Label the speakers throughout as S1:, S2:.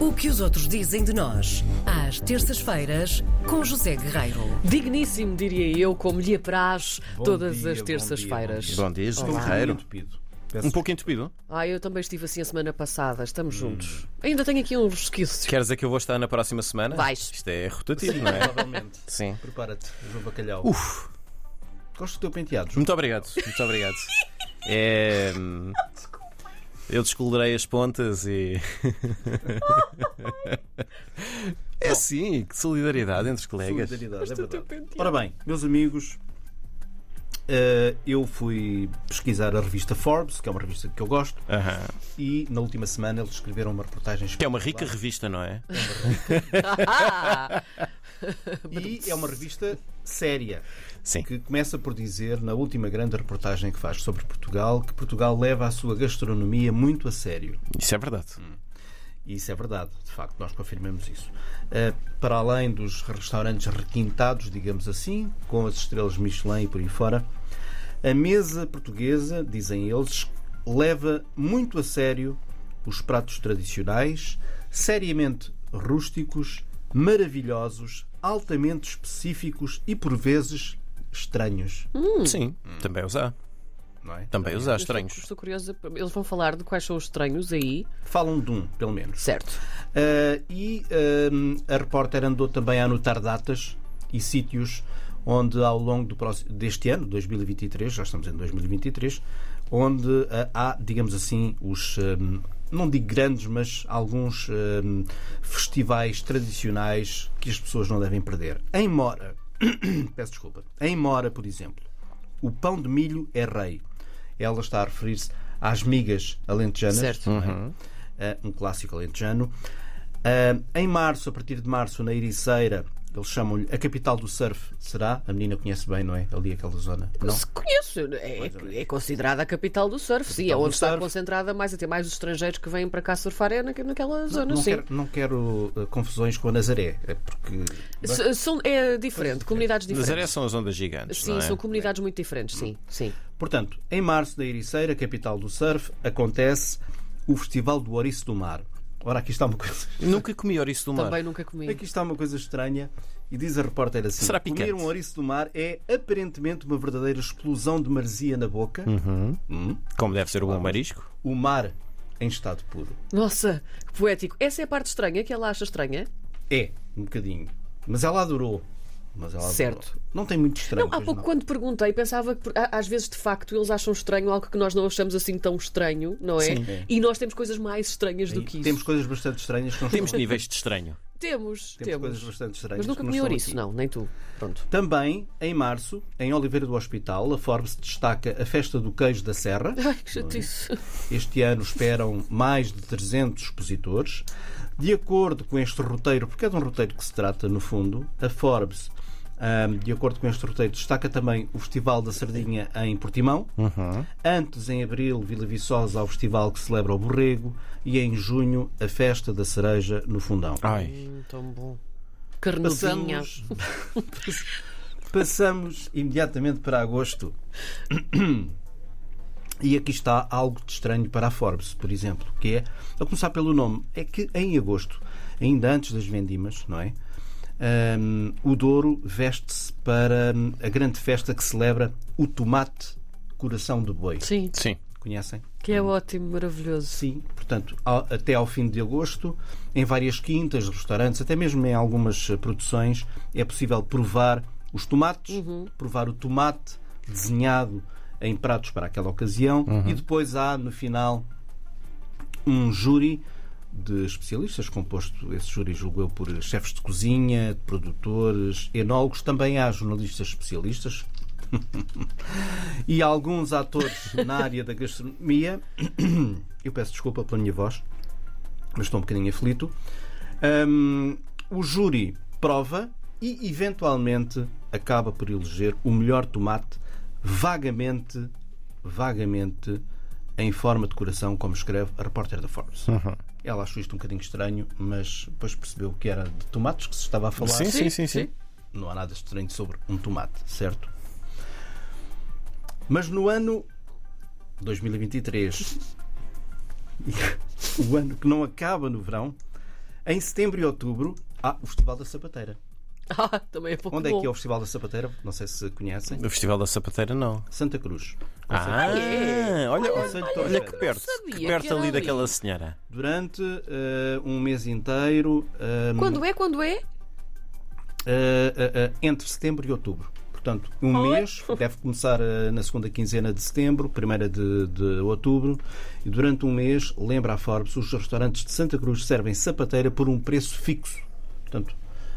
S1: O que os outros dizem de nós, às terças-feiras, com José Guerreiro.
S2: Digníssimo, diria eu, como lhe apraz
S3: Bom
S2: todas
S3: dia,
S2: as
S3: bom
S2: terças-feiras.
S4: Bom dia, José
S3: Estou um bocadinho
S4: Guerreiro.
S3: entupido. Peço
S4: Um pouco entupido?
S2: Ah, eu também estive assim a semana passada, estamos
S3: Hum.
S2: juntos. Ainda tenho aqui uns resquícios.
S4: Quer dizer que eu vou estar na próxima semana?
S2: Vais.
S4: Isto é rotativo, não
S3: desculpa.
S4: é?
S3: Provavelmente.
S4: Sim.
S3: Prepara-te, João Bacalhau.
S4: Uf,
S3: Gosto do teu penteado. João.
S4: muito obrigado, muito obrigado. É. hum, Eu descolorei as pontas e. É assim, que solidariedade entre os colegas.
S3: Solidariedade, é verdade. Ora bem, meus amigos, eh, eu fui pesquisar a revista Forbes, que é uma revista que eu gosto,
S4: Aham.
S3: e na última semana eles escreveram uma reportagem
S4: Que é uma rica revista, não é?
S2: Ah,
S3: E é uma revista séria,
S4: Sim.
S3: que começa por dizer, na última grande reportagem que faz sobre Portugal, que Portugal leva a sua gastronomia muito a sério.
S4: Isso é verdade.
S3: E isso é verdade, de facto, nós confirmamos isso. Eh, para além dos restaurantes requintados, digamos assim, com as estrelas Michelin e por aí fora, a mesa portuguesa, dizem eles, leva muito a sério os pratos tradicionais, seriamente rústicos, maravilhosos, altamente específicos e por vezes estranhos,
S4: Sim, também os há.
S3: não é?
S4: Também os há estranhos.
S2: estou curiosa, eles vão falar de quais são os estranhos aí.
S3: Falam de um, pelo menos.
S2: Certo.
S3: Uh, e um, a repórter andou também a anotar datas e sítios onde ao longo do próximo, deste ano, 2023, já estamos em 2023, onde uh, há, digamos assim, os um, não digo grandes, mas alguns um, festivais tradicionais que as pessoas não devem perder. Em Mora, peço desculpa, em Mora, por exemplo, o pão de milho é rei. Ela está a referir-se às migas alentejanas,
S2: Certo.
S3: não é?
S4: Uhum.
S3: Eh, um clássico alentejano. Ah, em março, a partir de março, na Ericeira, eles chamam-lhe a capital do surf. Será? A menina conhece bem, não é? Ali aquela zona. Não?
S2: Se conheço, é, é considerada a capital do surf, sim, é
S3: Capital do
S2: onde está
S3: surf.
S2: concentrada mais, até mais os estrangeiros que vêm para cá surfar é naque- naquela zona,
S3: não
S2: sim.
S3: quero, não quero, eh, confusões com a Nazaré, é porque
S2: S- São, é diferente, comunidades diferentes.
S4: Nazaré são é as ondas gigantes.
S2: Sim,
S4: não é?
S2: são comunidades muito diferentes, sim, sim.
S3: Portanto, em março, na Ericeira, capital do surf, acontece o Festival do Ouriço do Mar. Ora, aqui está uma coisa.
S4: Nunca comi ouriço do mar.
S2: Também nunca comi.
S3: Aqui está uma coisa estranha e diz a repórter assim:
S4: Será picante?
S3: comer um ouriço do mar é aparentemente uma verdadeira explosão de maresia na boca,
S4: Uhum. Como deve ser o bom marisco.
S3: o mar em estado puro.
S2: Nossa, que poético. Essa é a parte estranha que ela acha estranha.
S3: É, um bocadinho. Mas ela adorou. Mas ela
S2: Certo.
S3: adorou. Não tem muito estranho.
S2: Não, há
S3: pois
S2: pouco quando perguntei, pensava que por- a- às vezes de facto eles acham estranho algo que nós não achamos assim tão estranho, não é?
S4: Sim.
S2: E nós temos coisas mais estranhas do
S3: E
S2: que isso.
S3: Temos coisas bastante estranhas que não
S4: Temos
S3: estão-
S4: níveis de estranho.
S2: Temos,
S3: Temos coisas
S2: temos.
S3: bastante estranhas.
S2: Mas nunca
S3: que não
S2: comi
S3: estão
S2: ouriço,
S3: aqui.
S2: não, nem tu. Pronto.
S3: Também, em março, em Oliveira do Hospital, a Forbes destaca a Festa do Queijo da Serra.
S2: Ai, que chatice.
S3: Este ano esperam mais de 300 expositores. De acordo com este roteiro, porque é de um roteiro que se trata, no fundo, a Forbes, ahm, de acordo com este roteiro, destaca também o Festival da Sardinha em Portimão. Antes, em abril, Vila Viçosa, ao festival que celebra o Borrego. E em junho, a Festa da Cereja no Fundão.
S4: Ai.
S2: Hum, tão bom. Carnudinha.
S3: Passamos. Passamos imediatamente para agosto. E aqui está algo de estranho para a Forbes, por exemplo, que é, a começar pelo nome, é que em agosto, ainda antes das vendimas, não é? Ahm, o Douro veste-se para hum, a grande festa que celebra o tomate coração de boi.
S2: Sim,
S4: Sim.
S3: Conhecem?
S2: que é ótimo, maravilhoso.
S3: Sim, portanto, ao- até ao fim de agosto, em várias quintas, restaurantes, até mesmo em algumas eh, produções, é possível provar os tomates, provar o tomate desenhado em pratos para aquela ocasião e depois há, no final, um júri de especialistas, composto esse júri, julgo eu, por eh, chefes de cozinha, produtores, enólogos, também há jornalistas especialistas e alguns atores na área da gastronomia. Eu peço desculpa pela minha voz, mas estou um bocadinho aflito. Hum, o júri prova e, eventualmente, acaba por eleger o melhor tomate vagamente, vagamente em forma de coração, como escreve a repórter da Forbes. Ela achou isto um bocadinho estranho, mas depois percebeu que era de tomates que se estava a falar.
S4: Sim, sim, sim, sim.
S3: Não há nada estranho sobre um tomate, certo? Mas no ano 2023, o ano que não acaba no verão, Em setembro e outubro há o Festival da Sapateira.
S2: Ah, também é pouco
S3: Onde
S2: bom.
S3: é que é o Festival da Sapateira? Não sei se conhecem.
S4: O Festival da Sapateira, não.
S3: Santa Cruz.
S4: Ah,
S3: Conselho de
S4: olha, olha,
S3: Torres
S4: olha que
S3: Vedras.
S4: perto.
S2: sabia
S4: Que perto
S2: que era
S4: ali
S2: ali.
S4: daquela senhora.
S3: Durante eh, um mês inteiro. eh,
S2: Quando é? Quando é?
S3: eh, eh, eh, entre setembro e outubro. Portanto, um mês, deve começar eh, na segunda quinzena de setembro, primeira de, de outubro, e durante um mês, lembra a Forbes, os restaurantes de Santa Cruz servem sapateira por um preço fixo. Portanto,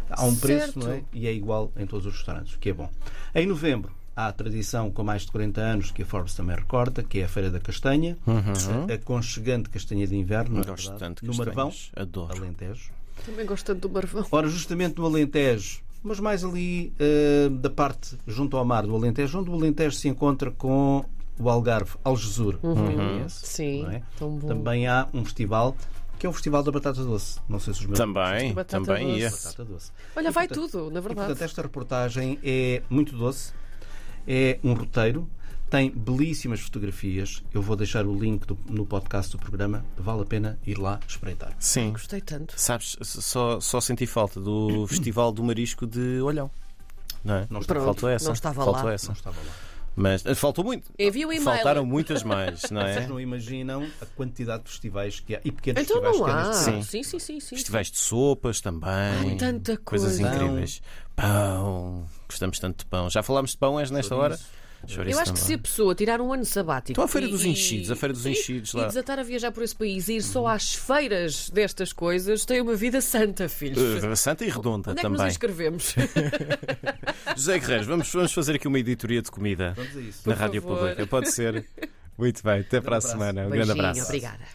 S3: há um preço,
S2: Certo.
S3: não é? E é igual em todos os restaurantes, o que é bom. Em novembro, há a tradição com mais de 40 anos, que a Forbes também recorda, que é a Feira da Castanha, a aconchegante castanha de inverno, não é
S4: Uhum. Gosto
S3: verdade?
S4: tanto que
S3: no Marvão,
S4: Adoro.
S3: Alentejo.
S2: Também gosto tanto do Marvão.
S3: Ora, justamente no Alentejo, mas mais ali eh, da parte junto ao mar do Alentejo, onde o Alentejo se encontra com o Algarve, Algesur. também conhece,
S2: Uhum. Sim,
S3: não é?
S2: tão bom.
S3: Também há um festival que é o Festival da Batata Doce. Não sei se os meus.
S4: Também,
S2: Batata
S4: também
S2: doce.
S4: ia.
S3: Batata Doce.
S2: Olha,
S3: E,
S2: vai
S3: portanto,
S2: tudo, na
S3: e, portanto,
S2: verdade.
S3: esta reportagem é muito doce, é um roteiro, tem belíssimas fotografias. Eu vou deixar o link do- no podcast do programa, vale a pena ir lá espreitar.
S4: Sim.
S2: Gostei tanto.
S4: Sabes, só, só senti falta do Festival do Marisco de Olhão. Não é?
S3: Não estava-
S4: faltou essa.
S2: não estava
S4: faltou
S2: lá.
S4: essa.
S3: Não estava lá.
S4: Mas eh, faltou muito.
S2: Envia um e-mail.
S4: Faltaram muitas mais, não
S3: Vocês
S4: é?
S3: não imaginam a quantidade de festivais que há e pequenos
S2: Então
S3: festivais
S2: não
S3: que há
S2: há.
S3: neste
S4: Sim.
S2: Sim, sim, sim, sim.
S4: Festivais de sopas também.
S2: Ai, tanta
S4: Coisas
S2: coisa.
S4: incríveis. Pão. Gostamos tanto de pão. Já falámos de pão, és nesta hora?
S2: Eu acho que se a pessoa tirar um ano sabático.
S4: Então a Feira
S2: e-
S4: dos
S2: e-
S4: Enchidos, a Feira dos
S2: sim,
S4: Enchidos lá.
S2: E desatar a viajar por esse país e ir só às feiras destas coisas, tem uma vida santa, filhos.
S4: Eh, Santa e redonda
S2: Onde é que nos
S4: também. Um
S2: inscrevemos?
S4: José Guerreiro, vamos, vamos fazer aqui uma editoria de comida
S3: Vamos a é isso.
S4: na Rádio
S2: favor.
S4: Pública. Pode ser. Muito bem, até para a
S3: abraço.
S4: semana. Um grande
S2: Beijinho,
S4: abraço.
S2: obrigada.